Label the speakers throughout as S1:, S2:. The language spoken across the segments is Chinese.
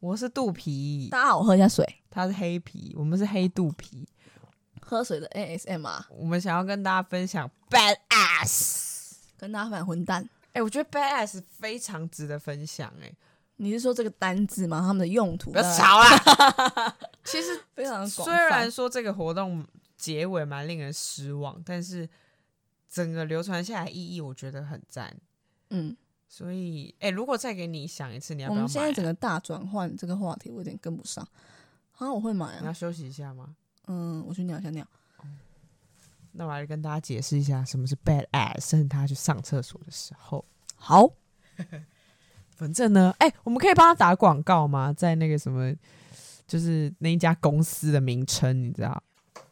S1: 我是肚皮，
S2: 大家好，我喝一下水，
S1: 他是黑皮，我们是黑肚皮。
S2: 喝水的 ASM 啊，
S1: 我们想要跟大家分享 bad ass。
S2: 跟大家反混蛋。
S1: 哎、我觉得 bad ass 非常值得分享、哎，
S2: 你是说这个单字吗？他们的用途呃
S1: 不要吵啦。 其实
S2: 非常广
S1: 虽
S2: 泛。
S1: 然说这个活动结尾蛮令人失望，但是整个流传下来意义我觉得很赞。
S2: 嗯，
S1: 所以，哎、如果再给你想一次，你要
S2: 我
S1: 不要买、
S2: 们
S1: 啊？
S2: 现在整个大转换这个话题，我有点跟不上。啊，我会买
S1: 你
S2: 啊
S1: 要，休息一下吗？
S2: 嗯，我去尿一下尿。
S1: 那我来跟大家解释一下什么是 bad ass，趁他去上厕所的时候。
S2: 好，
S1: 反正呢，哎、我们可以帮他打广告吗？在那个什么，就是那一家公司的名称，你知道？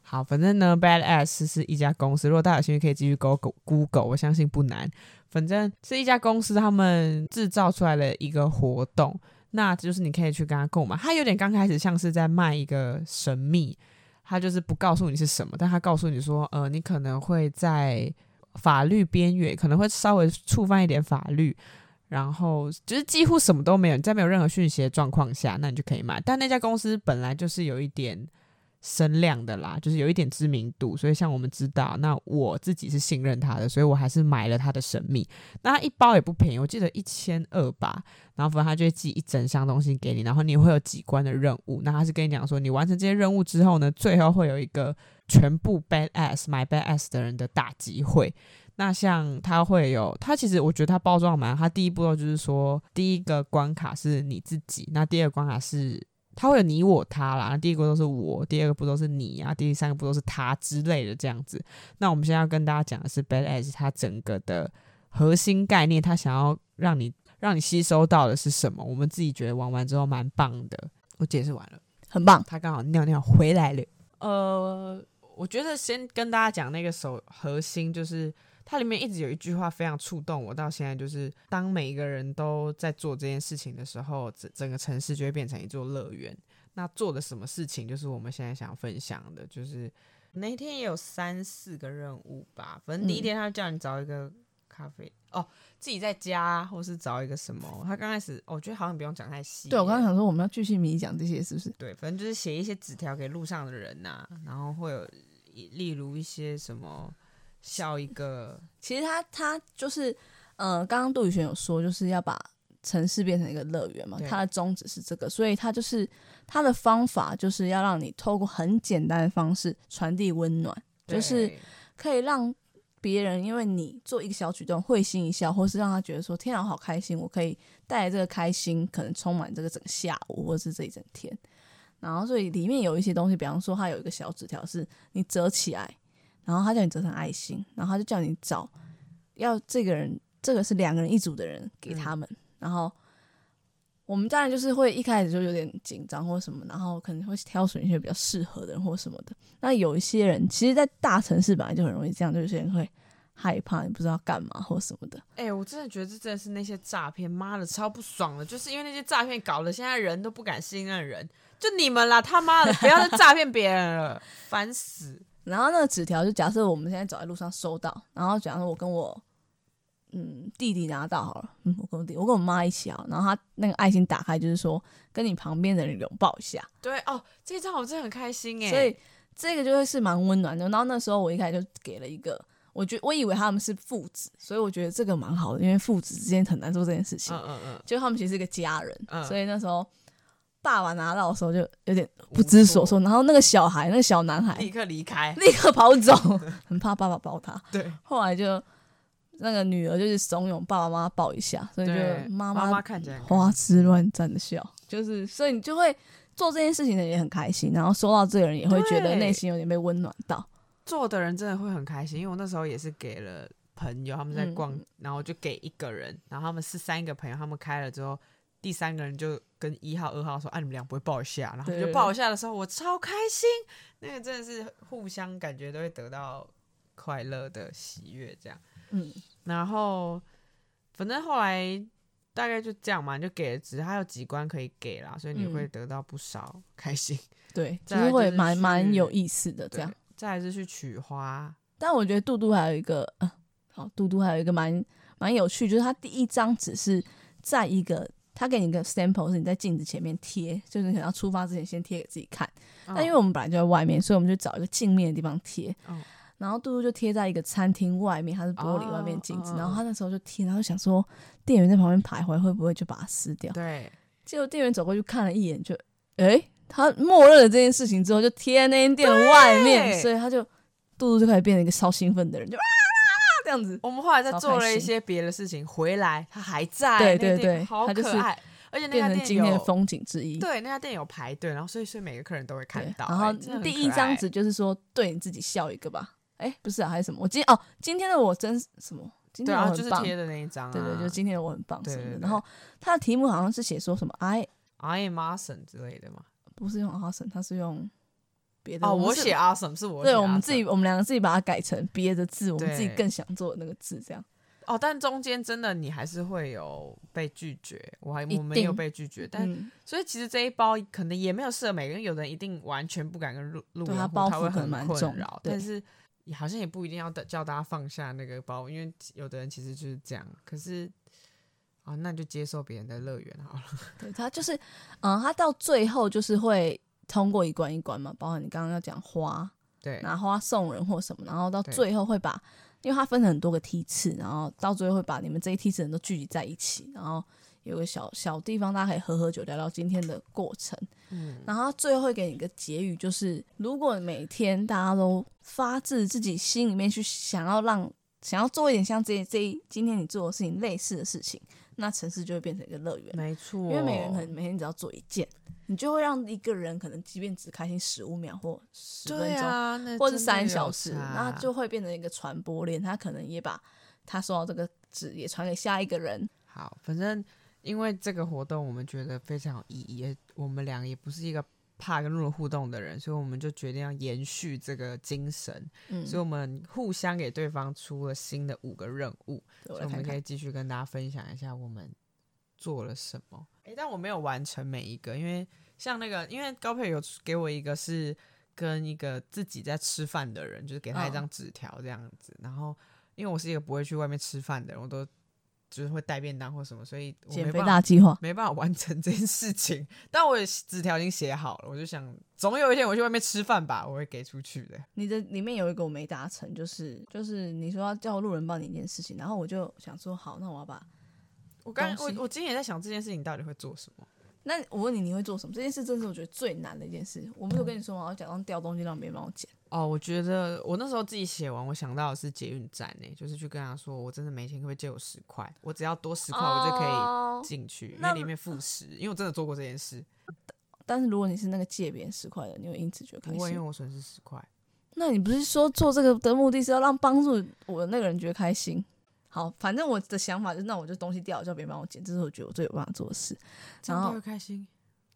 S1: 好，反正呢，bad ass 是一家公司，如果大家有兴趣，可以继续 Google Google，我相信不难。反正是一家公司，他们制造出来的一个活动，那就是你可以去跟他购买。他有点刚开始像是在卖一个神秘，他就是不告诉你是什么，但他告诉你说，呃，你可能会在法律边缘，可能会稍微触犯一点法律，然后就是几乎什么都没有，你在没有任何讯息的状况下，那你就可以买。但那家公司本来就是有一点声量的啦，就是有一点知名度，所以像我们知道，那我自己是信任他的，所以我还是买了他的神秘。那它一包也不便宜，我记得一千二吧。然后反正他就会寄一整箱东西给你，然后你会有几关的任务。那他是跟你讲说，你完成这些任务之后呢，最后会有一个全部 bad ass 买 bad ass 的人的大集会。那像它会有，它其实我觉得它包装蛮好，它第一步骤就是说，第一个关卡是你自己，那第二个关卡是它会有你我他啦，那第一个步骤是我，第二个步骤是你啊，第三个步骤是他之类的这样子。那我们现在要跟大家讲的是 Bad Edge 它整个的核心概念，它想要让你让你吸收到的是什么？我们自己觉得玩完之后蛮棒的。我解释完了。
S2: 很棒。
S1: 他刚好尿尿回来了。呃，我觉得先跟大家讲那个首核心，就是它里面一直有一句话非常触动我，到现在就是当每一个人都在做这件事情的时候，整整个城市就会变成一座乐园。那做的什么事情，就是我们现在想分享的，就是那天也有三四个任务吧，反正第一天他就叫你找一个咖啡。哦，自己在家，或是找一个什么？他刚开始，哦我觉得好像不用讲太细耶。
S2: 对我刚刚想说我们要继续迷讲这些是不是？
S1: 对，反正就是写一些纸条给路上的人呐、然后会有一例如一些什么笑一个，
S2: 其实他他就是，呃，刚刚杜宇轩有说，就是要把城市变成一个乐园嘛，
S1: 对
S2: 他的宗旨是这个，所以他就是他的方法就是要让你透过很简单的方式传递温暖， 就是
S1: 对
S2: 可以让别人因为你做一个小举动会心一笑，或是让他觉得说天啊我好开心，我可以带来这个开心，可能充满这个整个下午或是这一整天。然后所以里面有一些东西，比方说它有一个小纸条是你折起来，然后他叫你折成爱心，然后他就叫你找要这个人，这个是两个人一组的人给他们，然后。我们当然就是会一开始就有点紧张或什么，然后可能会挑选一些比较适合的人或什么的。那有一些人，其实，在大城市本来就很容易这样，就有些人会害怕，你不知道干嘛或什么的。
S1: 哎、我真的觉得这真的是那些诈骗，妈的超不爽的，就是因为那些诈骗搞得现在人都不敢信任人，就你们啦，他妈的不要再诈骗别人了，烦死！
S2: 然后那个纸条，就假设我们现在走在路上收到，然后假设我跟我嗯弟弟拿到好了，嗯，我跟我弟，我跟我妈一起啊，然后他那个爱心打开，就是说跟你旁边的人拥抱一下，
S1: 对哦，这一张我真的很开心哎、
S2: 所以这个就会是蛮温暖的。然后那时候我一开始就给了一个。我觉我以为他们是父子，所以我觉得这个蛮好的，因为父子之间很难做这件事情。
S1: 嗯嗯嗯，
S2: 就他们其实是个家人，
S1: 嗯
S2: 所以那时候爸爸拿到的时候就有点不知所措，然后那个小孩，那个小男孩
S1: 立刻离开，
S2: 立刻跑走，很怕爸爸抱他。
S1: 对
S2: 后来就那个女儿就是怂恿爸爸妈妈抱一下，所以
S1: 对，
S2: 就妈
S1: 妈
S2: 妈
S1: 看起来很开
S2: 花枝乱颤的笑，就是所以你就会做这件事情的人也很开心，然后收到这个人也会觉得
S1: 对
S2: 内心有点被温暖到。
S1: 做的人真的会很开心，因为我那时候也是给了朋友，他们在
S2: 嗯
S1: 逛，然后我就给一个人，然后他们是三个朋友，他们开了之后，第三个人就跟一号、二号说：“啊，你们俩不会抱一下？”然后
S2: 对
S1: 就抱一下的时候，我超开心，那个真的是互相感觉都会得到快乐的喜悦，这样。
S2: 嗯，
S1: 然后反正后来大概就这样嘛，你就给了，只是还有几关可以给啦，所以你
S2: 嗯
S1: 会得到不少开心。
S2: 对，就
S1: 再来
S2: 是会
S1: 就是
S2: 蛮
S1: 去
S2: 蛮有意思的这样
S1: 对。，再来是去取花，
S2: 但我觉得杜杜还有一个，呃、好，杜杜还有一个蛮蛮有趣，就是他第一张只是在一个他给你一个 sample，是你在镜子前面贴，就是你可能要出发之前先贴给自己看。
S1: 嗯
S2: 但因为我们本来就在外面，所以我们就找一个镜面的地方贴。
S1: 嗯
S2: 然后嘟嘟就贴在一个餐厅外面，它是玻璃
S1: 哦
S2: 外面镜子。
S1: 嗯嗯
S2: 然后他那时候就贴，然后想说店员在旁边徘徊，会不会就把它撕掉？
S1: 嗯对，
S2: 结果店员走过去看了一眼，就诶、他默认了这件事情之后，就贴在那间店的外面，
S1: 对
S2: 所以他就嘟嘟就开始变成一个超兴奋的人，就啊这样子。
S1: 我们后来再
S2: 超
S1: 做
S2: 开
S1: 了一
S2: 心
S1: 些别的事情，回来它还在，
S2: 对
S1: 那个
S2: 对
S1: 店
S2: 对
S1: 好
S2: 它就
S1: 可
S2: 是
S1: 爱，而且那
S2: 变
S1: 家
S2: 成
S1: 店
S2: 今天的
S1: 有
S2: 风景之一。
S1: 对那家店有排队，然后所以所以每个客人都会看
S2: 对
S1: 到。
S2: 然
S1: 哎
S2: 后
S1: 真的很
S2: 第
S1: 可
S2: 一张
S1: 爱
S2: 纸就是说对你自己笑一个吧。哎，不是啊，还是什么？我今天哦，今天的我真什么？今
S1: 对
S2: 天的
S1: 啊，
S2: 我
S1: 就是
S2: 很棒。
S1: 贴的那一张、啊，
S2: 对对，就是今天的我很棒
S1: 对
S2: 什么
S1: 对
S2: 的。
S1: 对
S2: 然后它的题目好像是写说什么 I
S1: I am awesome 之类的嘛。
S2: 不是用 awesome，它是用别的。
S1: 哦，
S2: 们
S1: 我
S2: 是
S1: 写 awesome 是我写
S2: 对，我们
S1: awesome
S2: 自己我们两个自己把它改成别的字，我们
S1: 对
S2: 自己更想做的那个字，这样。
S1: 哦，但中间真的你还是会有被拒绝，我还
S2: 一
S1: 我没有
S2: 定
S1: 被拒绝，但、
S2: 嗯，
S1: 所以其实这一包可能也没有适合每个人，有的人一定完全不敢跟路路
S2: 对
S1: 人
S2: 他
S1: 互
S2: 包
S1: 他
S2: 袱
S1: 会
S2: 可能
S1: 很
S2: 蛮
S1: 困
S2: 重
S1: 扰，
S2: 对
S1: 但是也好像也不一定要的叫大家放下那个包，因为有的人其实就是这样，可是。啊、那就接受别人的乐园好了。
S2: 对，它就是，嗯，它到最后就是会通过一关一关嘛，包括你刚刚要讲花，
S1: 对，
S2: 拿花送人或什么，然后到
S1: 对
S2: 最后会把，因为它分成很多个梯次，然后到最后会把你们这一梯次人都聚集在一起，然后有个小小地方，大家可以喝喝酒，聊聊今天的过程。
S1: 嗯，
S2: 然后它最后会给你一个结语，就是如果每天大家都发自自己心里面去想要让想要做一点像这这一今天你做的事情类似的事情，那城市就会变成一个乐园。
S1: 没错，
S2: 因为每个人可能每天只要做一件，你就会让一个人可能即便只开心十五秒或十分
S1: 对
S2: 钟，
S1: 啊，那
S2: 或
S1: 真
S2: 是
S1: 的
S2: 三
S1: 有
S2: 小时，那
S1: 差
S2: 就会变成一个传播链。他可能也把他收到这个纸也传给下一个人。
S1: 好，反正因为这个活动，我们觉得非常有意义。也我们俩也不是一个怕跟路人互动的人，所以我们就决定要延续这个精神，
S2: 嗯，
S1: 所以我们互相给对方出了新的五个任务，
S2: 对
S1: 所
S2: 我
S1: 以
S2: 来
S1: 我
S2: 看
S1: 们可
S2: 看
S1: 以。继续跟大家分享一下我们做了什么。诶，但我没有完成每一个，因为像那个，因为高佩有给我一个是跟一个自己在吃饭的人，就是给他一
S2: 嗯
S1: 张纸条这样子。然后，因为我是一个不会去外面吃饭的人，我都就是会带便当或什么，所以我
S2: 减
S1: 没
S2: 肥
S1: 办
S2: 大
S1: 法
S2: 计 划，
S1: 没办法完成这件事情。但我也纸条已经写好了，我就想总有一天我去外面吃饭吧，我会给出去的。
S2: 你的里面有一个我没达成，就是就是你说要叫路人帮你一件事情，然后我就想说好，那我要把
S1: 我刚
S2: 东
S1: 我
S2: 西
S1: 我今天也在想这件事情到底会做什么。
S2: 那我问你你会做什么？这件事真是我觉得最难的一件事。我不是有跟你说吗？我假装掉东西让别人帮我捡。
S1: 哦，我觉得我那时候自己写完，我想到的是捷运站呢、就是去跟他说，我真的没钱，可不可以借我十块？我只要多十块，我就可以
S2: 哦
S1: 进去，
S2: 那
S1: 那里面负十，因为我真的做过这件事，
S2: 但是如果你是那个借别人十块的，你会因此觉得
S1: 不会，
S2: 开
S1: 因为
S2: 心？
S1: 我损失十块。
S2: 那你不是说做这个的目的是要让帮助我的那个人觉得开心？好，反正我的想法就是，那我就东西掉了，叫别人帮我捡，这是我觉得我最有办法做的事。
S1: 这
S2: 然
S1: 样
S2: 后
S1: 他会开心。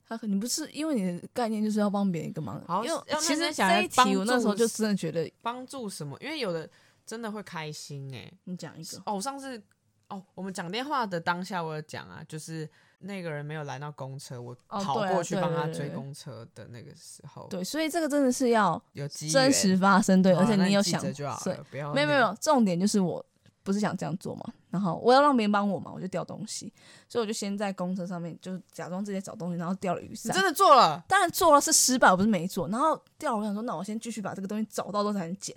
S2: 他可你不是因为你的概念就是要帮别人一个忙，
S1: 好
S2: 因为
S1: 要
S2: 其
S1: 认
S2: 实
S1: 真想
S2: 这一
S1: 来帮
S2: 题我那时候
S1: 助
S2: 就真的觉得，
S1: 帮助什么？因为有的真的会开心哎、
S2: 你讲一个，
S1: 哦，我上次哦，我们讲电话的当下，我有讲啊，就是那个人没有拦到公车，我
S2: 哦
S1: 跑
S2: 对啊
S1: 过去
S2: 对
S1: 帮
S2: 对
S1: 他
S2: 对
S1: 追
S2: 对
S1: 公车的那个时候，
S2: 对，所以这个真的是要
S1: 有机
S2: 真
S1: 缘
S2: 实发生，对，
S1: 好啊
S2: 而且
S1: 那
S2: 有
S1: 记
S2: 想
S1: 着就好
S2: 对，
S1: 了，不要
S2: 没有没
S1: 那
S2: 有，
S1: 个
S2: 没有，重点就是我不是想这样做嘛，然后我要让别人帮我嘛，我就掉东西，所以我就先在公车上面就是假装自己在找东西，然后掉了雨
S1: 你
S2: 伞
S1: 真。的做了。
S2: 当然做了是失败，我不是没做。然后掉了，我想说，那我先继续把这个东西找到之后才能捡。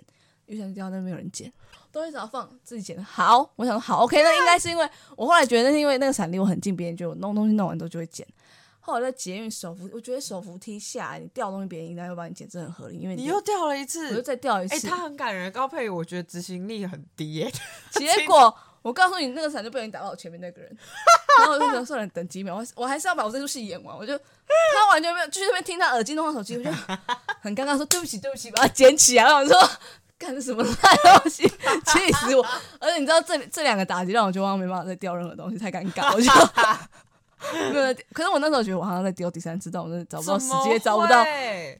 S2: 雨伞掉那边没有人捡，东西找放自己捡的。好，我想说好，OK，那应该是因为我后来觉得那是因为那个伞离我很近，别人觉得我弄东西弄完之后就会捡。后来在捷运手扶，我觉得手扶梯下来你掉东西，别人应该会帮你捡，这很合理，因为
S1: 你
S2: 就
S1: 又掉了一次，
S2: 我就再掉一
S1: 哎、
S2: 次。
S1: 他很感人，高佩，我觉得执行力很低耶、
S2: 结果我告诉你，那个伞就被人打到我前面那个人，然后我就想算了，等几秒，我还是我还是要把我这出戏演完。我就他完全没有，就是那边听他耳机弄他手机，我就很尴尬说对不起，对不起，把它捡起来。我想说干这什么烂东西，气死我！而且你知道这这两个打击让我觉得我好像没办法再掉任何东西，太尴尬，我就。 没有在丢，可是我那时候觉得我好像在丢第三次，但我真的找不到时 间，找不到，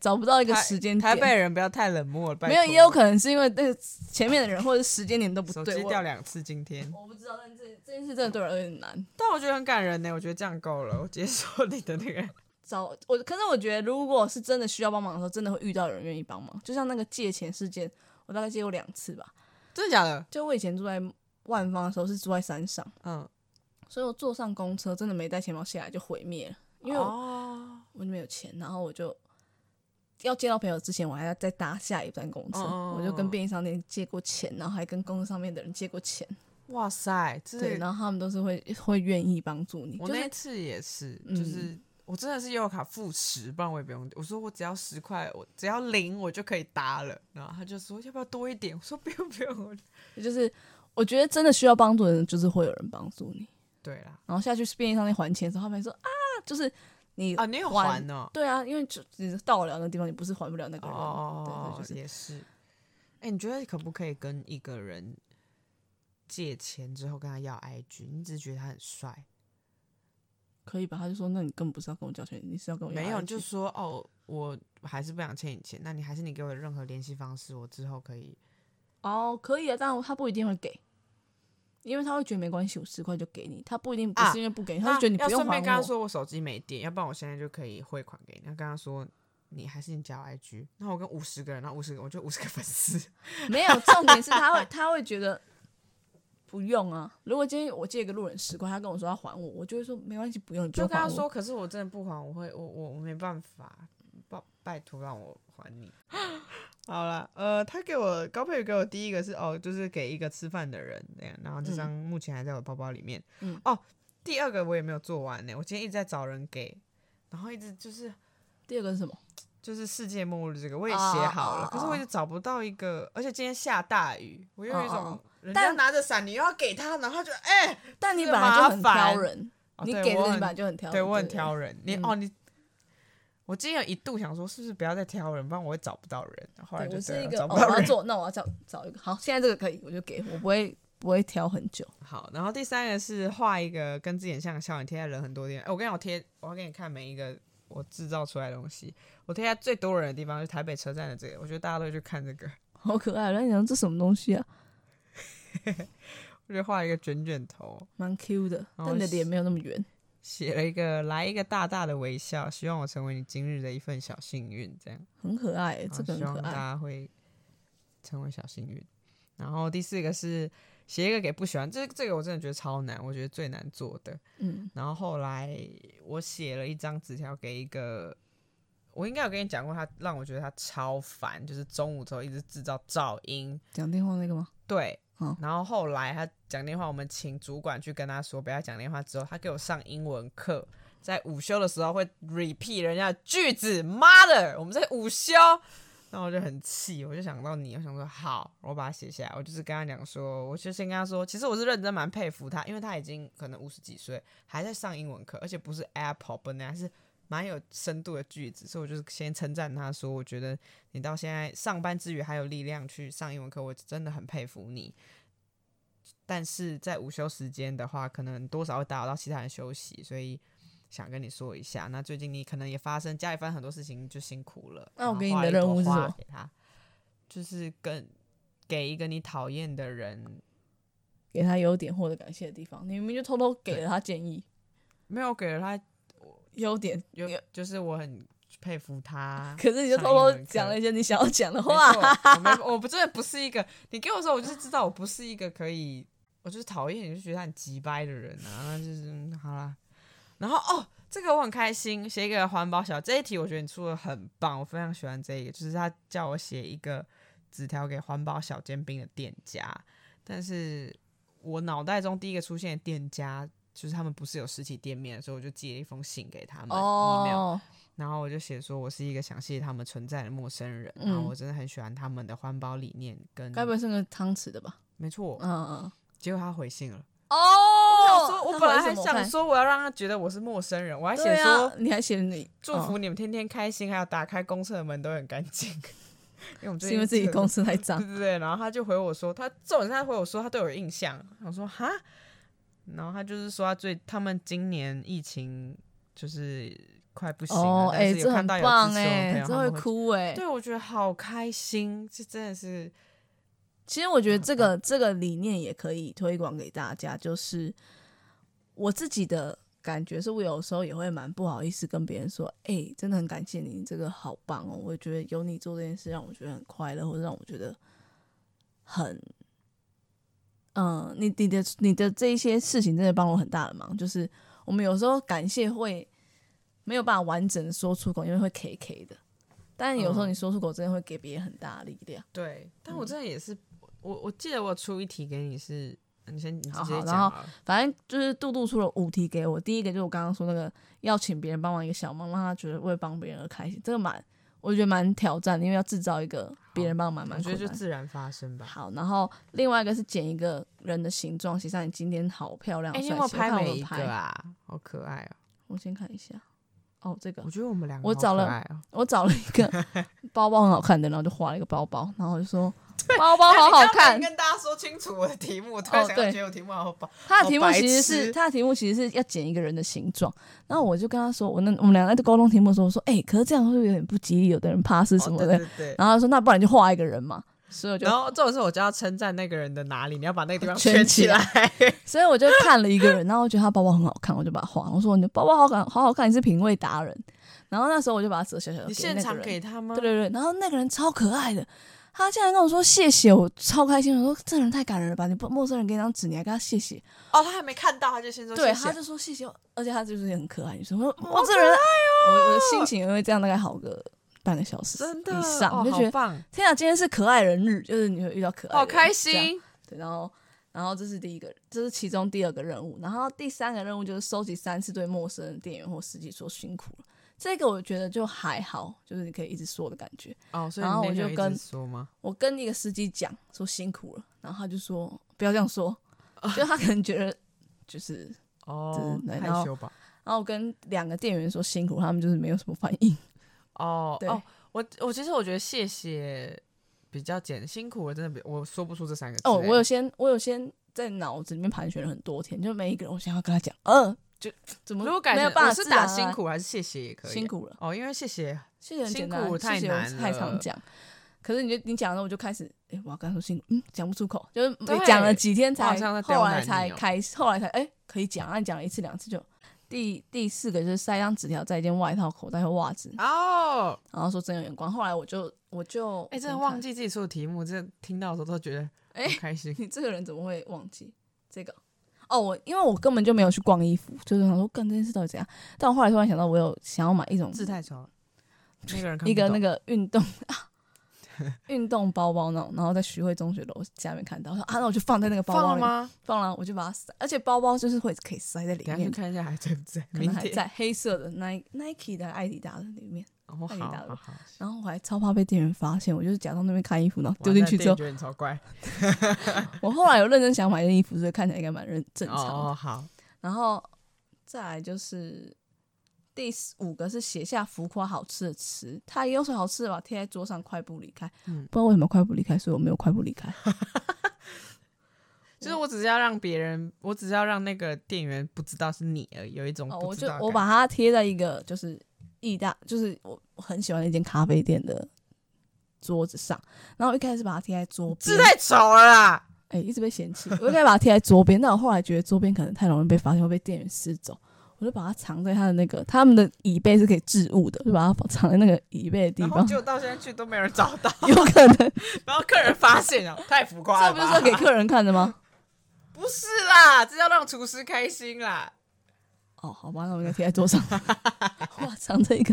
S2: 找不到一
S1: 一
S2: 个时间
S1: 台
S2: 点。
S1: 北人不要太冷漠了，拜
S2: 没有，
S1: 托
S2: 也有可能是因为那个前面的人或者是时间点都不
S1: 手
S2: 对。
S1: 机
S2: 我
S1: 掉两次今天，
S2: 我不知道，但这这件事真的对我而言很难。
S1: 但我觉得很感人呢、我觉得这样够了，我接受你的 那个。
S2: 找我，可是我觉得，如果是真的需要帮忙的时候，真的会遇到有人愿意帮忙。就像那个借钱事件，我大概借过两次吧。
S1: 真的假的？
S2: 就我以前住在万方的时候，是住在山上，
S1: 嗯，
S2: 所以我坐上公车真的没带钱包下来就毁灭了，因为我、
S1: 哦，
S2: 我就没有钱，然后我就要见到朋友之前，我还要再搭下一班公车，
S1: 嗯嗯嗯
S2: 我就跟便利商店借过钱，然后还跟公车上面的人借过钱，
S1: 哇塞，这
S2: 对，然后他们都是会会愿意帮助你，
S1: 我
S2: 就
S1: 那一
S2: 是
S1: 次也是，
S2: 嗯
S1: 就是我真的是悠游卡付十，不然我也不用。我说我只要十块，我只要零我就可以搭了。然后他就说要不要多一点？我说不用不用。
S2: 就是我觉得真的需要帮助的人，就是会有人帮助你，
S1: 对啦，
S2: 然后下去便利商店还钱的时候，他们还说啊，就是你
S1: 啊，你有还哦？
S2: 对啊，因为就只是到了那个地方，你不是还不了那个人。
S1: 哦，
S2: 对对就是
S1: 也是。哎、你觉得可不可以跟一个人借钱之后跟他要 IG？你只是觉得他很帅，
S2: 可以吧？他就说，那你根本不是要跟我交钱，你是要跟我要
S1: 没有
S2: IG
S1: 你就说哦，我还是不想欠你钱。那你还是你给我的任何联系方式，我之后可以。
S2: 哦，可以啊，但他不一定会给，因为他会觉得没关系，我十块就给你，他不一定不
S1: 啊
S2: 是因为不给你，他就觉得你
S1: 那要
S2: 不用
S1: 顺便跟
S2: 还
S1: 他
S2: 我。
S1: 说我手机没电，要不然我现在就可以汇款给你。要跟他说你还是你加我 IG，那我跟五十个人，然后五十个我就五十个粉丝，
S2: 没有，重点是他会他会觉得不用啊。如果今天我借一个路人十块，他跟我说要还我，我就会说没关系，不用，你
S1: 就
S2: 用
S1: 跟
S2: 还
S1: 他
S2: 我
S1: 说，可是我真的不还，我会我我我没办法，拜拜托让我还 你。好了，呃，他给我高佩宇给我第一个是哦，就是给一个吃饭的人这样，然后这张目前还在我包包里面。
S2: 嗯
S1: 哦，第二个我也没有做完呢，我今天一直在找人给，然后一直就是
S2: 第二个是什么？
S1: 就是世界末日这个我也写好了
S2: 哦哦哦哦
S1: 可是我一直找不到一个，而且今天下大雨，我又有一种
S2: 哦哦
S1: 人家
S2: 但
S1: 拿着伞，你又要给他，然后他就哎、
S2: 但你
S1: 这
S2: 本来就
S1: 麻
S2: 很
S1: 烦
S2: 挑人，
S1: 哦
S2: 你
S1: 对
S2: 给的
S1: 我
S2: 人
S1: 很
S2: 本来就很挑人，
S1: 对我很
S2: 不
S1: 挑人，你、
S2: 嗯
S1: 哦你，我今天有一度想说是不是不要再挑人，不然我会找不到人，后来
S2: 对，
S1: 就
S2: 我是
S1: 对
S2: 一
S1: 了
S2: 个
S1: 找
S2: 哦，
S1: 不到
S2: 我 要
S1: 人。
S2: 做，那我要找找一个好，现在这个可以，我就给我不会不会挑很久。
S1: 好，然后第三个是画一个跟自己很像的笑脸贴在人很多的地方。哎，我跟你讲，我贴我要给你看每一个我制造出来的东西，我贴在最多人的地方就是台北车站的这个，我觉得大家都会去看这个。
S2: 好可爱！然后你想这什么东西啊？
S1: 我就画一个卷卷头，
S2: 蛮 Q 的，
S1: 哦
S2: 但你的脸没有那么圆。
S1: 写了一个来一个大大的微笑，希望我成为你今日的一份小幸运，这样。
S2: 很可爱、
S1: 然
S2: 这
S1: 后
S2: 个
S1: 哦希
S2: 很
S1: 望
S2: 可
S1: 大
S2: 爱。
S1: 家会成为小幸运。然后第四个是写一个给不喜欢，这这个我真的觉得超难，我觉得最难做的。
S2: 嗯，
S1: 然后后来我写了一张纸条给一个，我应该有跟你讲过他，让我觉得他超烦，就是中午之后一直制造噪音，
S2: 讲电话那个吗？
S1: 对，
S2: 嗯
S1: 然后后来他讲电话，我们请主管去跟他说不要讲电话，之后他给我上英文课，在午休的时候会 repeat 人家的句子，妈的，我们在午休，那我就很气，我就想到你，我想说好，我把它写下来，我就是跟他讲说，我就先跟他说，其实我是认真蛮佩服他，因为他已经可能五十几岁，还在上英文课，而且不是 Apple 本来是。蛮有深度的句子，所以我就是先称赞他说，我觉得你到现在上班之余还有力量去上英文课，我真的很佩服你。但是在午休时间的话，可能多少会打扰到其他人休息，所以想跟你说一下。那最近你可能也发生家里发生很多事情，就辛苦了。
S2: 那我给
S1: 然后画
S2: 你的
S1: 一朵
S2: 任务是什
S1: 花
S2: 么
S1: 给他就是跟给一个你讨厌的人，
S2: 给他优点或者感谢的地方，你明明就偷偷给了他建议。
S1: 没有给了他
S2: 优点
S1: 有，就是我很佩服他。
S2: 可是你就偷
S1: 上英
S2: 偷
S1: 文课
S2: 讲了一些你想要讲的
S1: 没
S2: 话。
S1: 错，我没， 我不真的不是一个，你给我说，我就是知道我不是一个可以，我就是讨厌，你就觉得他很急掰的人啊，那就是嗯好啦。然后哦，这个我很开心，写一个环保小这一题，我觉得你出的很棒，我非常喜欢这一个，就是他叫我写一个纸条给环保小煎饼的店家，但是我脑袋中第一个出现的店家。就是他们不是有实体店面的，所以我就寄了一封信给他们 email，
S2: 哦，
S1: 然后我就写说，我是一个想谢谢他们存在的陌生人，
S2: 嗯
S1: 然后我真的很喜欢他们的环保理念跟，
S2: 该不会是个汤匙的吧？
S1: 没错。
S2: 嗯嗯。
S1: 结果他回信了，我想
S2: 哦
S1: 说，我本来还想，说我要让他觉得我是陌生人，我还
S2: 而
S1: 写
S2: 且
S1: 说、
S2: 说啊你还写了你
S1: 祝福你们天天开心，还有打开公厕的门都很干净， 因为我们最
S2: 是
S1: 近
S2: 因为自己
S1: 厕所
S2: 公司啊太脏
S1: 对，对对，然后他就回我说，他这种他回我说他对我有印象，我说哈，然后他就是说他最他们今年疫情就是快不行了，
S2: 哦，
S1: 但
S2: 哎，
S1: 是有
S2: 这
S1: 看
S2: 很
S1: 到有
S2: 棒
S1: 支持我们
S2: 哎
S1: 朋友，，
S2: 这
S1: 他们会
S2: 哭哎，
S1: 对，我觉得好开心，这真的是
S2: 其实我觉得这个这个理念也可以推广给大家，就是我自己的感觉是，我有时候也会蛮不好意思跟别人说，哎、真的很感谢你，你这个好棒哦，我觉得有你做这件事让我觉得很快乐，或者让我觉得很嗯、你你的你的这一些事情真的帮我很大的忙，就是我们有时候感谢会没有办法完整地说出口，因为会 K K 的。但有时候
S1: 嗯
S2: 你说出口，真的会给别人很大的力量。
S1: 对，但
S2: 嗯
S1: 我真的也是，我我记得我出一题给你是，你先你直
S2: 好
S1: 接
S2: 好
S1: 讲
S2: 然后
S1: 好了
S2: 反正就是杜杜出了五题给我，第一个就是我刚刚说那个要请别人帮忙一个小忙，让他觉得为帮别人而开心，这个蛮我觉得蛮挑战的，因为要制造一个别人帮忙蛮
S1: 我觉得
S2: 困
S1: 就
S2: 难的。
S1: 自然发生吧。
S2: 好，然后另外一个是剪一个人的形状，写上你今天好漂亮，
S1: 哎、
S2: 好
S1: 你
S2: 帅
S1: 有
S2: 气。
S1: 没有拍
S2: 我看我
S1: 每
S2: 们
S1: 一
S2: 拍
S1: 个啊？好可爱哦、
S2: 我先看一下。哦，这个
S1: 我觉得我们两个
S2: 我
S1: 好
S2: 找
S1: 可
S2: 了
S1: 爱哦
S2: 我找了一 个包包很好看的，然后就画了一个包包，然后我就说包包哦好
S1: 啊
S2: 好看
S1: 你刚才没。跟大家说清楚我的题 目，我突
S2: 哦
S1: 然想到
S2: 对
S1: 觉得我题目好棒。
S2: 他的题目
S1: 哦好白
S2: 其实
S1: 痴
S2: 是他的题目其实是要剪一个人的形状，然后我就跟他说，我那我们俩在沟通题目的时候，我说，哎、可是这样会不会有点不吉利？有的人怕是什么
S1: 哦
S2: 的，
S1: 对对对。
S2: 然后他说，那不然你就画一个人嘛。所 以我就
S1: 然，后这种时候我就要称赞那个人的哪里，你要把那个地方
S2: 圈
S1: 圈
S2: 起
S1: 来。
S2: 所以我就看了一个人，然后我觉得他包包很好看，我就把它画。我说你的包包好看，好好看，你是品味达人。然后那时候我就把它折小小的
S1: 你
S2: 给
S1: 现
S2: 那个
S1: 场
S2: 人，
S1: 给他吗？
S2: 对对对，然后那个人超可爱的，他竟然跟我说谢谢，我超开心。我说这人太感人了吧，你不陌生人给你张纸，你还跟他谢谢，
S1: 哦，他还没看到，他就先说
S2: 对，
S1: 谢谢
S2: 他就说谢谢我，而且他就是很可爱女生。我说哇，这人，
S1: 哦
S2: 我我的心情因为这样大概好个半个小时
S1: 真的
S2: 以上，
S1: 哦
S2: 我就觉
S1: 好
S2: 得
S1: 棒，
S2: 天啊，今天是可爱人日，就是你会遇到可爱的人，
S1: 好开
S2: 这样。
S1: 心。
S2: 对，然后然后这是第一个，这是其中第二个任务，然后第三个任务就是收集三次对陌生人店员或司机说辛苦了。这个我觉得就还好，就是你可以一直说的感觉。
S1: 哦，所以
S2: 然后
S1: 你
S2: 我
S1: 那
S2: 就
S1: 天有一
S2: 跟
S1: 直说吗？
S2: 我跟一个司机讲说辛苦了，然后他就说不要这 样说，就他可能觉得就是
S1: 哦，
S2: 对
S1: 害
S2: 然后
S1: 羞吧。
S2: 然后我跟两个店员说辛苦，他们就是没有什么反应。
S1: 哦
S2: 对
S1: 哦，我我其实我觉得谢谢比较简辛苦，我真的比我说不出这三个字。
S2: 哦，
S1: 欸
S2: 我有先我有先在脑子里面盘旋了很多天，就每一个人我想要跟他讲，呃，就怎么
S1: 如果改
S2: 没有
S1: 成
S2: 办
S1: 我
S2: 法
S1: 是
S2: 自然
S1: 打
S2: 而
S1: 辛
S2: 然
S1: 苦还是谢谢也可以。
S2: 辛苦了，
S1: 哦，因为谢谢
S2: 谢谢很简
S1: 辛
S2: 单，
S1: 苦太
S2: 谢谢我
S1: 难
S2: 太常
S1: 了
S2: 讲。可是你就你讲的时候，我就开始，哎、我要跟他说辛苦，嗯，讲不出口，就是
S1: 对
S2: 讲了几天
S1: 我好
S2: 才，
S1: 像在刁
S2: 后来
S1: 难
S2: 才
S1: 你哦
S2: 开始，后来才，哎、可以讲，按讲了一次两次就。第第四个就是塞一张纸条在一件外套、口袋和袜子，
S1: 哦，
S2: 然后说真有眼光。后来我就我就
S1: 哎，真的
S2: 你看
S1: 忘记自己出的题目，真的听到的时候都觉得
S2: 哎
S1: 好开 心。
S2: 你这个人怎么会忘记这个？哦，我因为我根本就没有去逛衣服，就是想说干这件事到底怎样。但我后来突然想到，我有想要买一种
S1: 字太丑了，那个 人看
S2: 一
S1: 不
S2: 个
S1: 懂
S2: 那个运动 啊，运动包包那种，然后在徐汇中学楼下面看到，我说啊，那我就放在那个包
S1: 放
S2: 包
S1: 了
S2: 里，
S1: 吗？
S2: 放了，我就把它塞，而且包包就是会可以塞在里
S1: 等一下去
S2: 面，
S1: 看一下还在不在，
S2: 可
S1: 明
S2: 能还
S1: 天。
S2: 在黑色的 Nike Nike 的艾迪达的里面。
S1: 哦，
S2: 那里
S1: 好
S2: 打
S1: 好
S2: 了
S1: 好。
S2: 然后我还超怕被店员发现，我就是假装那边看衣服，然后丢进去之
S1: 哇那店员，
S2: 后
S1: 觉得你超乖。
S2: 我后来有认真想买这件衣服，所以看起来应该蛮认正常的。
S1: 哦，好，
S2: 然后再来就是第五个是写下浮夸好吃的词，它也有什么好吃的吧？贴在桌上，快步离开。
S1: 嗯
S2: 不知道为什么快步离开，所以我没有快步离开。
S1: 就是我只是要让别人，我只是要让那个店员不知道是你而已，有一种
S2: 哦，
S1: 不
S2: 我
S1: 知
S2: 就
S1: 道的
S2: 我
S1: 感
S2: 把它贴在一个就是意大，就是我我很喜欢的一间咖啡店的桌子上，然后一开始把它贴在桌
S1: 字
S2: 边，
S1: 太丑了啦。
S2: 哎、一直被嫌弃。我一开始把它贴在桌边，但我后来觉得桌边可能太容易被发现，会被店员撕走。我就把它藏在他的那个，他们的椅背是可以置物的，就把它藏在那个椅背的地
S1: 然后
S2: 方，
S1: 结果到现在去都没有人找 到，
S2: 有可能
S1: 然后客人发现啊，太浮夸
S2: 这
S1: 了
S2: 不
S1: 吧。
S2: 是说给客人看的吗？
S1: 不是啦，这要让厨师开心啦。
S2: 哦，好吧，那我应该贴在桌 上。哇，藏着一个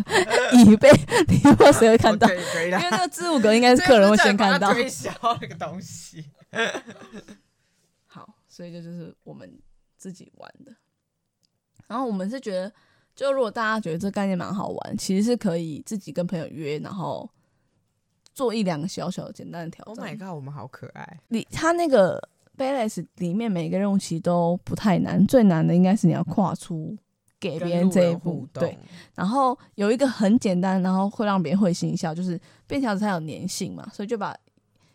S2: 椅背，你不知道谁会看 到
S1: 哦，可以可以
S2: 因
S1: 啦
S2: 为。那个置物格应该是客人会先看
S1: 这
S2: 到
S1: 不。是在帮他推销那个东 西。
S2: 好，所以这就是我们自己玩的。然后我们是觉得，就如果大家觉得这概念蛮好玩，其实是可以自己跟朋友约，然后做一两个小小的简单的挑
S1: Oh
S2: 战。
S1: my god，我们好可爱。
S2: 你他那个 balance 里面每个任务其实都不太难，最难的应该是你要跨出给别人这
S1: 跟路
S2: 一
S1: 人
S2: 步
S1: 互，动
S2: 对。，然后有一个很简单，然后会让别人会心一笑，就是便条纸它有粘性嘛，所以就把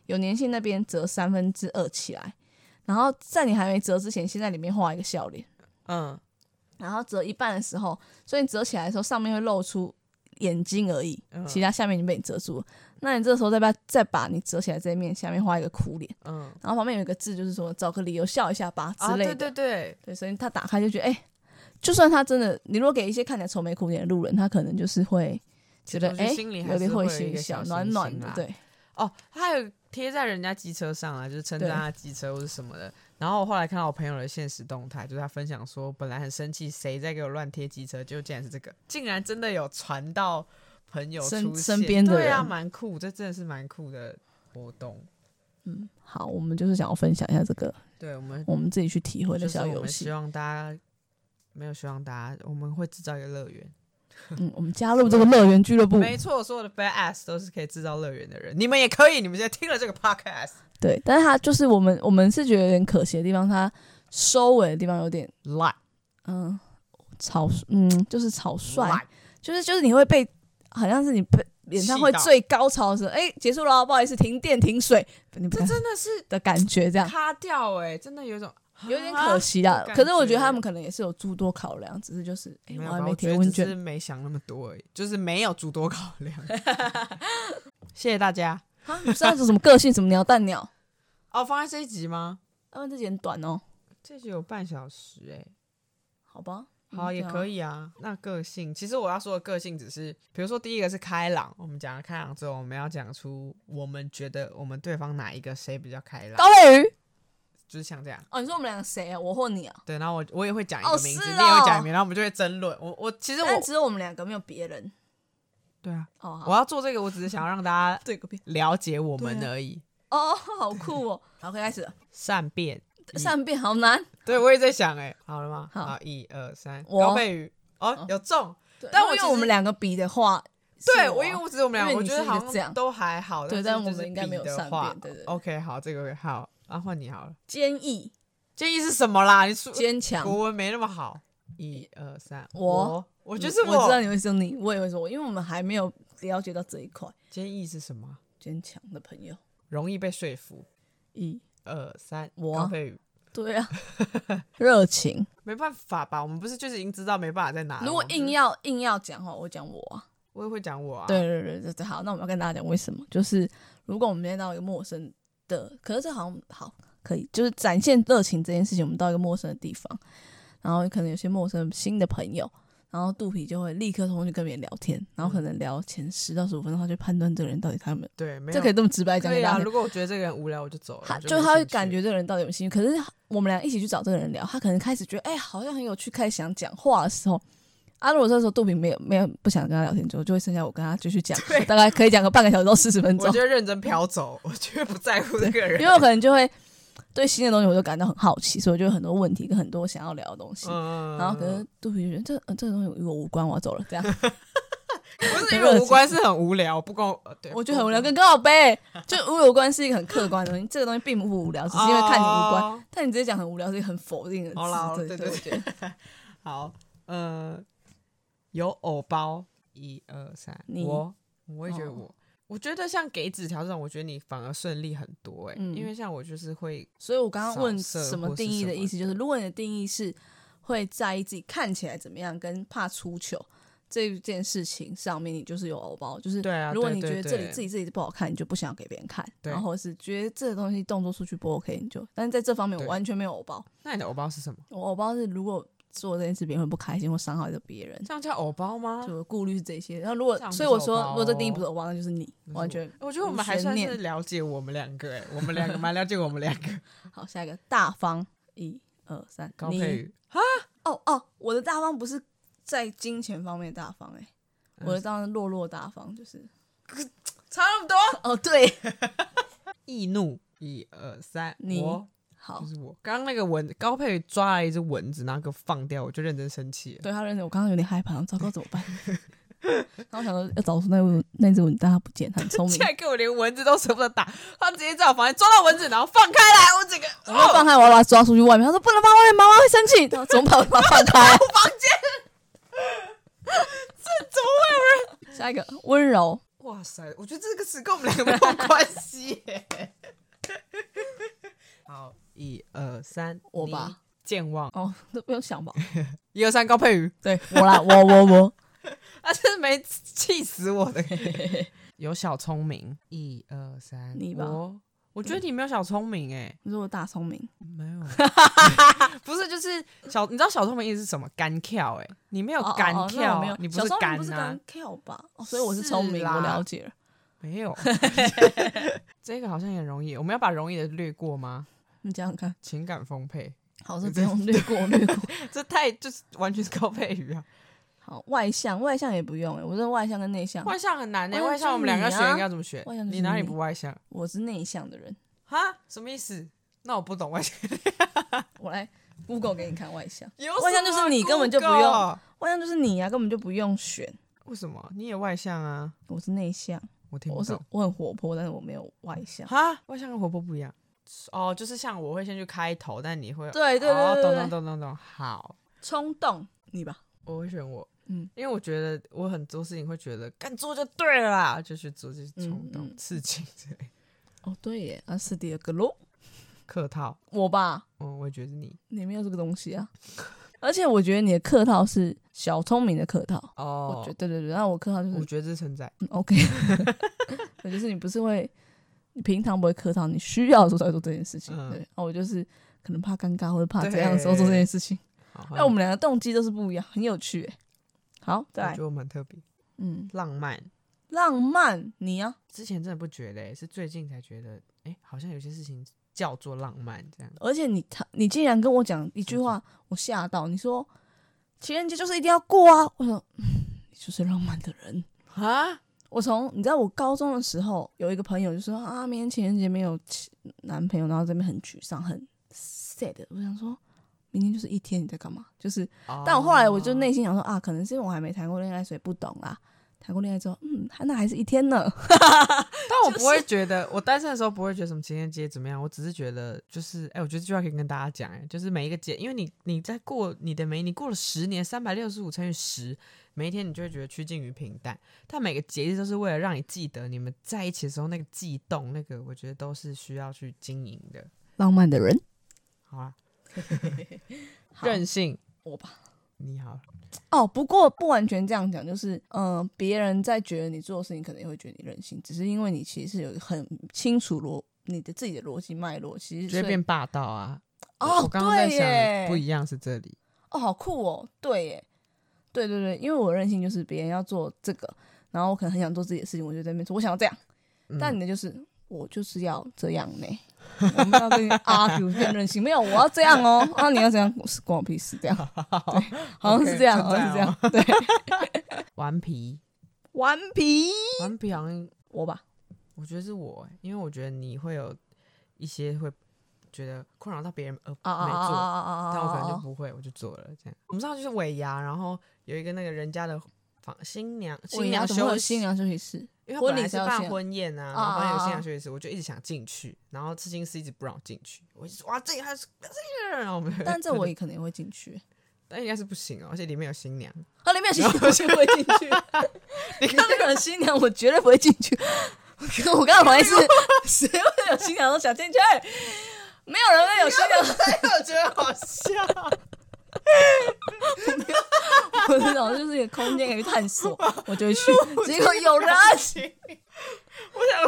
S2: 有粘性那边折三分之二起来，然后在你还没折之前，先在里面画一个笑脸，
S1: 嗯，
S2: 然后折一半的时候，所以你折起来的时候上面会露出眼睛而已，
S1: 嗯
S2: 其他下面已经被你遮住了。那你这个时候再把再把你折起来这一面下面画一个哭脸，
S1: 嗯，
S2: 然后旁边有一个字，就是说找个理由笑一下吧之
S1: 啊，
S2: 类的。
S1: 对对对，
S2: 对，所以他打开就觉得，哎、就算他真的，你如果给一些看起来愁眉苦脸的路人，他可能就是会觉得，
S1: 我
S2: 哎、
S1: 心里还
S2: 有
S1: 是
S2: 点
S1: 会
S2: 会
S1: 有
S2: 心
S1: 一
S2: 一
S1: 个
S2: 笑
S1: 小，
S2: 暖
S1: 心
S2: 暖
S1: 心
S2: 的
S1: 啦，
S2: 对，
S1: 哦，它还有贴在人家机车上啊，就是称赞他机车或者什么的，然后我后来看到我朋友的现实动态，就是他分享说，本来很生气，谁在给我乱贴机车，结果竟然是这个，竟然真的有传到朋友
S2: 身
S1: 出现
S2: 身边的
S1: 对啊，
S2: 人
S1: 蛮酷，这真的是蛮酷的活动。
S2: 嗯，好，我们就是想要分享一下这个
S1: 对我们
S2: 我们自己去体会的
S1: 就是
S2: 小
S1: 我
S2: 游
S1: 们
S2: 戏
S1: 希。望大家没有希望大家，我们会制造一个乐园。
S2: 嗯，我们加入这个乐园俱乐部，
S1: 没错，所有的 bad ass 都是可以制造乐园的人，你们也可以。你们现在听了这个 podcast
S2: 对，但是它就是我们我们是觉得有点可惜的地方，它收尾的地方有点
S1: like
S2: 嗯草嗯就是草率，
S1: like
S2: 就是就是你会被好像是你被演唱会
S1: 气到
S2: 最高潮的时候，哎、结束了，不好意思，停电停水，你不
S1: 这真的是
S2: 的感觉这样。
S1: 卡掉哎、真的有一种
S2: 有点可。
S1: 啊
S2: 惜啊
S1: 有，感
S2: 可是我觉
S1: 觉
S2: 得他们可能也是有诸多考量，只是就是，哎、
S1: 没有
S2: 我
S1: 吧
S2: 还没
S1: 我觉
S2: 填
S1: 得
S2: 问
S1: 只
S2: 卷
S1: 是，没想那么多而已，就是没有诸多考量。 谢谢大家。
S2: 啊，上次什么个性，什么鸟蛋鸟，
S1: 哦，放在这一集吗？
S2: 他们这己很短哦，
S1: 这集有半小时哎、
S2: 好吧，嗯
S1: 好，也可
S2: 以，
S1: 以啊。那个性，其实我要说的个性只是，比如说第一个是开朗，我们讲了开朗之后，我们要讲出我们觉得我们对方哪一个谁比较开朗，
S2: 高磊宇，
S1: 就是像这样。
S2: 哦，你说我们两个谁啊？我或你啊？
S1: 对，然后我我也会讲一
S2: 哦
S1: 个名字，
S2: 是
S1: 你也会讲一
S2: 哦
S1: 个名字，然后我们就会争论。我我其实我
S2: 但只有我们两个，没有别人。
S1: 对啊，
S2: 哦，
S1: 我
S2: 好，
S1: 要做这个，我只是想要让大家
S2: 对个边。
S1: 了解我们
S2: 对啊
S1: 而已。
S2: 哦，好酷哦！好，可以开始了。
S1: 善变，你
S2: 善变好难，
S1: 对我也在想哎、好了吗？
S2: 好
S1: 一二三，
S2: 我
S1: 高贝宇哦
S2: 哦，
S1: 有中。
S2: 但
S1: 因为
S2: 因为
S1: 我
S2: 我
S1: 们
S2: 们两个比的话，
S1: 对，我因为我只是我们
S2: 因
S1: 俩，
S2: 为
S1: 我
S2: 你
S1: 觉
S2: 是
S1: 得
S2: 一个
S1: 好
S2: 这
S1: 像
S2: 样
S1: 都还好，
S2: 对
S1: 但
S2: 但
S1: 是
S2: 我
S1: 就是
S2: 们应该
S1: 比
S2: 没有
S1: 的
S2: 善
S1: 话
S2: 变对对对
S1: OK，好，这个好，啊，换你好了。
S2: 坚毅、
S1: 建议是什么啦？你说
S2: 坚强。
S1: 国文没那么好。一二三，
S2: 啊我
S1: 我我就是
S2: 嗯我知道你会说你，我也会说我，因为我们还没有了解到这一块。
S1: 建议是什么？
S2: 坚强的朋友，
S1: 容易被说服。嗯
S2: 一
S1: 二三，
S2: 我
S1: 高飞宇
S2: 对啊，热情。
S1: 没办法吧？我们不是就是已经知道没办法在哪了吗？
S2: 如果硬
S1: 要，
S2: 要硬要讲话，我讲我啊。
S1: 我也会讲我啊。
S2: 对对对对对，好，那我们要跟大家讲为什么，就是如果我们今天到一个陌生的，可是这好像好可以，就是展现热情这件事情，我们到一个陌生的地方，然后可能有些陌生新的朋友，然后肚皮就会立刻冲去跟别人聊天，然后可能聊前十到十五分钟，他就判断这个人到底他有没有，
S1: 对，没有
S2: 这可以这么直白讲
S1: 可
S2: 给
S1: 以
S2: 大
S1: 啊。
S2: 家听。
S1: 如果我觉得这个人无聊，我就走了。
S2: 他
S1: 我
S2: 就
S1: 没
S2: 他会
S1: 兴趣
S2: 感觉这个人到底有没有兴趣，可是我们俩一起去找这个人聊，他可能开始觉得哎、好像很有趣，开始想讲话的时候，啊，如果这时候杜平没有没有不想跟他聊天之后，就会剩下我跟他继续讲
S1: 对，
S2: 大概可以讲个半个小时到四十分钟
S1: 我，就认真飘走， 我绝不在乎这个人。
S2: 因为我可能就会对新的东西我就感到很好奇，所以我就有很多问题跟很多想要聊的东西。
S1: 嗯，
S2: 然后可能杜平就觉得这、呃这个东西与我无关，我要走了。这样
S1: 不是与我无关，是很无聊，不跟我呃对，
S2: 我觉得很无聊，
S1: 不
S2: 跟高呗，就与我无关是一个很客观的东西，这个东西并不无聊，只是因为看你无关。
S1: 哦
S2: 但你直接讲很无聊是一个很否定的词，
S1: 好啦好啦对
S2: 对
S1: 对
S2: 我觉得。
S1: 好，呃，有偶包，一二三，
S2: 你
S1: 我我也觉得
S2: 哦
S1: 我。我觉得像给纸条这种，我觉得你反而顺利很多哎、
S2: 嗯
S1: 因为像我就是会
S2: 所以我刚刚问
S1: 扫射
S2: 什么定义的意思，就是如果你的定义是会在意自己看起来怎么样，跟怕出糗这件事情上面，你就是有偶包，就是
S1: 对啊
S2: 如果
S1: 对
S2: 你
S1: 对
S2: 觉得这里
S1: 对
S2: 自己自己不好看，你就不想要给别人看，
S1: 对
S2: 然后或者是觉得这个东西动作出去不 OK，你就，但是在这方面我
S1: 对
S2: 完全没有偶包，
S1: 那你的偶包是什么？
S2: 我偶包是如果做这件事别人会不开心或伤害到别人。
S1: 这样叫偶包吗？
S2: 嗯就顾虑是这些，然后如果
S1: 这样不是
S2: 所以我说
S1: 偶包，哦
S2: 如果这定义不是偶包，那就是你完全
S1: 我觉得我们还
S2: 无悬
S1: 算
S2: 念
S1: 是了解我们两个哎、我们两个蛮了解我们两 个。
S2: 好。下一个大方，一二三，
S1: 高
S2: 你
S1: 佩宇，
S2: 哦哦，我的大方不是在金钱方面的大方、欸，
S1: 嗯
S2: 我的大方是落落大方，就是
S1: 差那么多。
S2: 哦对，
S1: 易怒，一二三，
S2: 你
S1: 我
S2: 好
S1: 就，是我。刚刚那个蚊，高佩抓了一只蚊子，然后给我放掉，我就认真生气 了。
S2: 对他认识我，刚刚有点害怕，糟糕怎么办？ 然后我想说要找出那位那只蚊，但他不见，他很聪明
S1: 竟，然给我连蚊子都舍不得打，他直接在我房间抓到蚊子，然后放开来，我整个
S2: 我要放开，我要把他抓出去外面。他说不能放外面，妈妈会生气。他说怎么把我把它放开？
S1: 我房间。
S2: 下一个温柔，
S1: 哇塞，我觉得这个词跟我们两个没有关系耶。 好，一二三，
S2: 我吧
S1: 你，健忘，
S2: 哦都不用想吧，
S1: 一二三，高佩瑜，
S2: 对我啦，我我我，
S1: 啊，真是没气死我的。有小聪明，一二三，
S2: 你吧
S1: 我我觉得你没有小聪明哎、
S2: 你说我大聪明，
S1: 没 有，不是就是小，你知道小聪明意思是什么？干跳哎、你没有
S2: 哦
S1: 干
S2: 哦哦那
S1: 跳，
S2: 我没有，
S1: 你
S2: 小
S1: 是
S2: 聪明
S1: 干
S2: 不是
S1: 啊
S2: 干，跳吧？哦，所以我是聪
S1: 是
S2: 明，
S1: 啦
S2: 我了解了。
S1: 没有。这个好像也容易，我们要把容易的略过吗？
S2: 你想想看，
S1: 情感丰沛，
S2: 好，这不用略 过略过。
S1: 这太就是完全是高配语啊！
S2: 好，外向外向也不用哎、我认外向跟内向，
S1: 外向很难呢、欸
S2: 外向
S1: 外向我们两
S2: 啊
S1: 个要选，应该怎么选
S2: 外向？就是
S1: 你哪里
S2: 你
S1: 不外向？
S2: 我是内向的人。
S1: 哈？什么意思？那我不懂外向，
S2: 我来 Google 给你看外向，
S1: 有
S2: 外向就是
S1: 什么
S2: 你根本就不
S1: Google？
S2: 用外向就是你呀、啊根本就不用选。
S1: 为什么？你也外向啊？
S2: 我是内向，
S1: 我听
S2: 我
S1: 不
S2: 是
S1: 懂。
S2: 我很活泼，但是我没有外向。
S1: 哈？外向跟活泼不一样。哦，就是像我会先去开头，但你会
S2: 对对
S1: 哦，
S2: 对
S1: 懂懂
S2: 对对，
S1: 懂懂懂。好，
S2: 冲动你吧，
S1: 我会选我，
S2: 嗯，
S1: 因为我觉得我很多事情会觉得干做就对了啦，就去做，就是冲
S2: 嗯
S1: 动、
S2: 嗯
S1: 刺激之类的。
S2: 哦对耶，啊是第二个喽，
S1: 客套，
S2: 我吧，
S1: 嗯，我也觉得你
S2: 你没有这个东西啊。 而且我觉得你的客套是小聪明的客套，
S1: 哦
S2: 我觉得对对对，那我客套就是
S1: 我觉得这是存在。
S2: 嗯 OK，我就是你不是会，你平常不会客套，你需要的时候才会做这件事情。
S1: 嗯
S2: 对，啊，我就是可能怕尴尬或者怕
S1: 对嗯
S2: 怎样的时候做这件事情。
S1: 好，
S2: 那我们两个动机都是不一样，很有趣欸。好，
S1: 我
S2: 再来
S1: 觉，得我们很特别，
S2: 嗯，
S1: 浪漫。
S2: 浪漫，你啊，
S1: 之前真的不觉得、欸是最近才觉得，哎、好像有些事情叫做浪漫这样。
S2: 而且你他你竟然跟我讲一句话，
S1: 嗯
S2: 我吓到。你说情人节就是一定要过啊，我说、嗯你就是浪漫的人。
S1: 啊？
S2: 我从你知道我高中的时候有一个朋友就说啊，明天情人节没有情男朋友，然后这边很沮丧，很 sad。我想说，明天就是一天，你在干嘛？就是，
S1: 哦
S2: 但我后来我就内心想说啊，可能是因为我还没谈过恋爱，所以不懂啦。谈过恋爱之后，嗯，那还是一天呢。
S1: 但我不会觉得，我单身的时候不会觉得什么情人节怎么样，我只是觉得就是，哎、我觉得这句话可以跟大家讲，哎，就是每一个节，因为你你在过你的每，你过了十年，三百六十五乘以十，每一天你就会觉得趋近于平淡，但每个节日都是为了让你记得你们在一起的时候那个悸动，那个我觉得都是需要去经营的。
S2: 浪漫的人，
S1: 好啊，
S2: 好
S1: 任性，
S2: 我吧。
S1: 你好，
S2: 哦，不过不完全这样讲，就是嗯，呃别人在觉得你做的事情，可能也会觉得你任性，只是因为你其实是有一个很清楚逻你的自己的逻辑脉络，其实
S1: 就会
S2: 所以
S1: 变霸道啊。
S2: 哦，
S1: 我刚刚在
S2: 对
S1: 想的
S2: 耶，
S1: 不一样是这里，
S2: 哦，好酷哦，对耶，对对对，因为我任性就是别人要做这个，然后我可能很想做自己的事情，我就在那边说我想要这样，
S1: 嗯
S2: 但你的就是我就是要这样 呢，我们要跟你 argue 变任性，没有，我要这样哦，啊，你要怎样，我是关我屁事， 这样，对，好像是这样，好
S1: OK，哦
S2: 像是这样
S1: 存，
S2: 对，
S1: 顽皮，
S2: 顽皮，
S1: 顽皮好像
S2: 我吧，
S1: 我觉得是我、欸，因为我觉得你会有一些会觉得困扰到别人而没做，
S2: 啊啊啊啊啊啊，
S1: 但我可能就不会，我就做了这样。我们上次就是尾牙，然后有一个那个人家的房新娘
S2: 我
S1: 新
S2: 也要
S1: 娘
S2: 怎么会
S1: 休
S2: 有
S1: 息
S2: 新，娘休息 室，
S1: 因为他
S2: 婚
S1: 本
S2: 礼
S1: 来是
S2: 才有新
S1: 办
S2: 娘
S1: 婚宴啊，
S2: 啊
S1: 然后反正有
S2: 啊
S1: 新
S2: 啊
S1: 娘休息室，我就一直想进去，然后刺青师一直不让我进去，我就说哇这个还是这个，然后我们
S2: 但这我也可能也会进去，
S1: 但应该是不行哦，而且里面有新 娘，
S2: 啊，里面有新娘我就不会进 去。那那个有新娘，我绝对不会进去。我刚刚怀疑是谁会有新娘都想进去，没有人会有新娘。
S1: 我觉得好笑。
S2: 我这种就是有空间可以探索，我就会 去。结果有人，
S1: 我想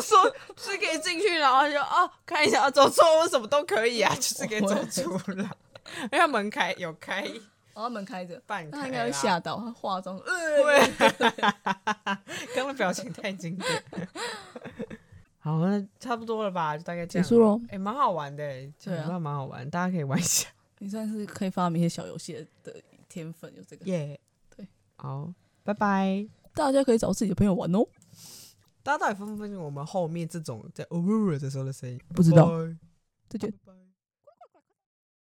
S1: 说，就是可以进去，然后就哦，看一下，啊走错我什么都可以啊，就是可以走出 来，因为它门开有开
S2: 然后哦门开着，
S1: 半开啊
S2: 那
S1: 啦，
S2: 他应该会吓到，他化妆，呃，
S1: 对， 刚刚表情太经典。 好，那差不多了吧，就大概这
S2: 结
S1: 样
S2: 束喽。
S1: 哎、蛮好玩的、欸，
S2: 对啊
S1: 讲得蛮好玩，大家可以玩一下。
S2: 你算是可以发明一些小游戏的天分，有这个，
S1: 耶、
S2: 对，
S1: 好，拜拜。
S2: 大家可以找自己的朋友玩哦。
S1: 大家到底分不分清我们后面这种在呜呜的时候的声音？
S2: 不知道
S1: 拜拜
S2: 再见。
S1: 拜拜